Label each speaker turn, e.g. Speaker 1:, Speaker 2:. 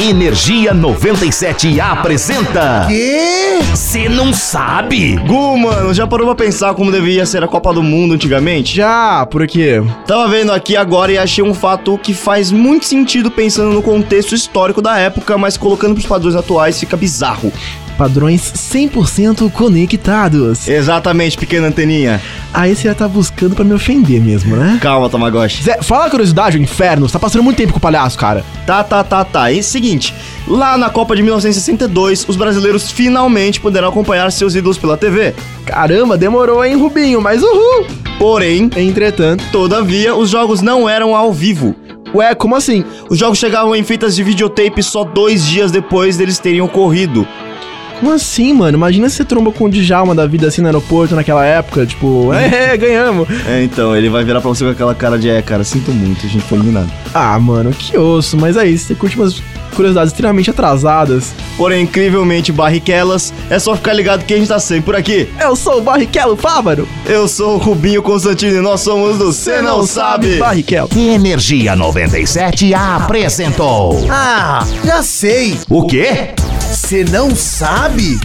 Speaker 1: Energia 97 apresenta. Quê? Você não sabe?
Speaker 2: Gu, mano, já parou pra pensar como devia ser a Copa do Mundo antigamente?
Speaker 3: Já, por quê?
Speaker 2: Tava vendo aqui agora e achei um fato que faz muito sentido pensando no contexto histórico da época, mas colocando pros padrões atuais fica bizarro.
Speaker 3: Padrões 100% conectados.
Speaker 2: Exatamente, pequena anteninha.
Speaker 3: Aí você já tá buscando pra me ofender mesmo, né?
Speaker 2: Calma, Tamagotchi.
Speaker 3: Zé, fala a curiosidade, o inferno. Você tá passando muito tempo com o palhaço, cara.
Speaker 2: Tá, tá, tá, tá. E seguinte, lá na Copa de 1962, os brasileiros finalmente poderão acompanhar seus ídolos pela TV.
Speaker 3: Caramba, demorou, hein, Rubinho? Mas uhul!
Speaker 2: Porém,
Speaker 3: Entretanto.
Speaker 2: todavia, os jogos não eram ao vivo.
Speaker 3: Ué, como assim?
Speaker 2: Os jogos chegavam em fitas de videotape só dois dias depois deles terem ocorrido.
Speaker 3: Como assim, mano? Imagina se você tromba com o Djalma da vida assim no aeroporto naquela época, tipo, é, ganhamos.
Speaker 2: É, então, ele vai virar pra você com aquela cara de é, cara, sinto muito, a gente foi eliminado.
Speaker 3: Ah, mano, que osso. Mas aí, você curte umas curiosidades extremamente atrasadas.
Speaker 2: Porém, incrivelmente barriquelas, é só ficar ligado que a gente tá sempre por aqui.
Speaker 3: Eu sou o Barrichello Fávaro.
Speaker 2: Eu sou o Rubinho Constantino e nós somos do Cê Não Sabe.
Speaker 3: Barrichello.
Speaker 1: Energia 97 apresentou.
Speaker 4: Ah, já sei.
Speaker 1: O quê?
Speaker 4: Você não sabe?